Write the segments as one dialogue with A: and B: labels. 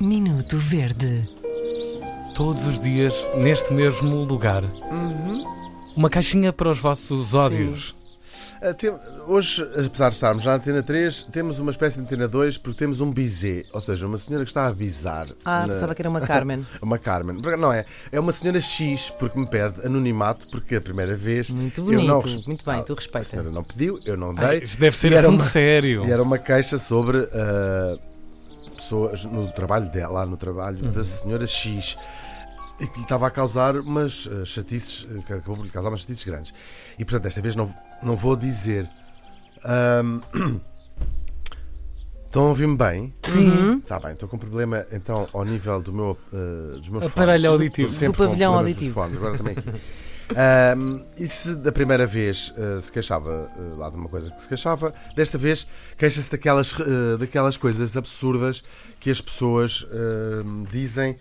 A: Minuto Verde.
B: Todos os dias, neste mesmo lugar.
C: Uhum.
B: Uma caixinha para os vossos ódios.
C: Ah, tem- Hoje, apesar de estarmos na antena 3, temos uma espécie de antena 2 porque temos um bisé, ou seja, uma senhora que está a avisar.
A: Ah,
C: na-
A: pensava que era uma Carmen.
C: Uma Carmen. Não é? É uma senhora X porque me pede anonimato porque é a primeira vez.
A: Muito
C: eu não
A: bonito.
C: respe-
A: Muito bem,
C: Ah,
A: tu
C: A
A: respeita.
C: senhora não pediu, eu não dei.
B: Ai, Isto deve ser
C: E era
B: assunto
C: uma-
B: sério.
C: E era uma queixa sobre ah, pessoas no trabalho dela, lá no trabalho
B: Uhum.
C: da senhora X, e que lhe estava a causar umas ah, chatices, eh, que acabou por lhe causar umas chatices grandes. E portanto, desta vez não, não vou dizer. Ahm, estão a ouvir-me bem?
A: Uhum.
B: Sim.
C: Está bem, estou com um problema então ao nível do meu, ah, dos meus
B: Aparelho
C: fones.
B: auditivo.
C: Estou sempre
A: Do pavilhão
C: com problemas
A: auditivo.
C: dos Fones, agora também aqui. Ahm, e se da primeira vez ah, se queixava ah, lá de uma coisa que se queixava, desta vez queixa-se daquelas, ah, daquelas coisas absurdas que as pessoas ahm, dizem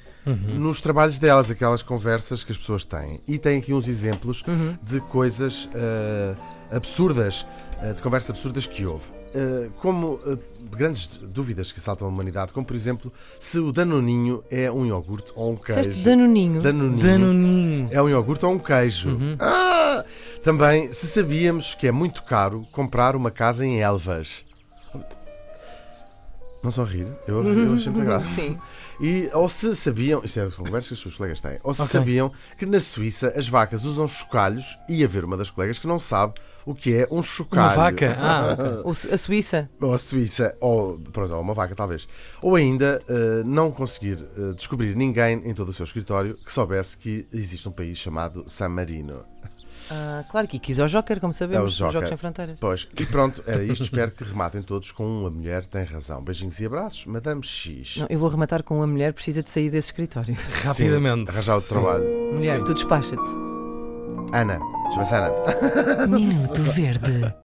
C: nos trabalhos delas, aquelas conversas que as pessoas têm. E tem aqui uns exemplos de coisas ah, absurdas, ah, de conversas absurdas que houve. Ah, como ah, grandes dúvidas que saltam a humanidade, como por exemplo se o Danoninho é um iogurte ou um queijo.
A: Disseste Danoninho.
C: Danoninho.
B: Danoninho.
C: É um iogurte ou um queijo?
B: Uhum.
C: Ah! Também, se sabíamos que é muito caro comprar uma casa em Elvas. Não só rir, eu, eu achei muito graça.
A: Sim.
C: E, ou se sabiam, isto é são conversas que as suas colegas têm, ou se
B: Ok.
C: sabiam que na Suíça as vacas usam chocalhos e haver uma das colegas que não sabe o que é um chocalho.
B: Uma vaca. Ah,
A: Ou se- a Suíça.
C: Ou a Suíça, ou, pronto, ou uma vaca, talvez. Ou ainda eh, não conseguir eh, descobrir ninguém em todo o seu escritório que soubesse que existe um país chamado San Marino.
A: Ah, claro que quis ao Joker, como sabemos.
C: É o Joker.
A: Jogos sem fronteiras.
C: Pois, e pronto, era isto. Espero que rematem todos com a mulher tem razão. Beijinhos e abraços, Madame X.
A: Não, eu vou rematar com uma mulher precisa de sair desse escritório.
C: Sim,
B: rapidamente.
C: Arranjar o
B: Sim.
C: trabalho.
A: Mulher, tu despacha-te.
C: Ana, chama-se Ana.
D: Minuto Verde.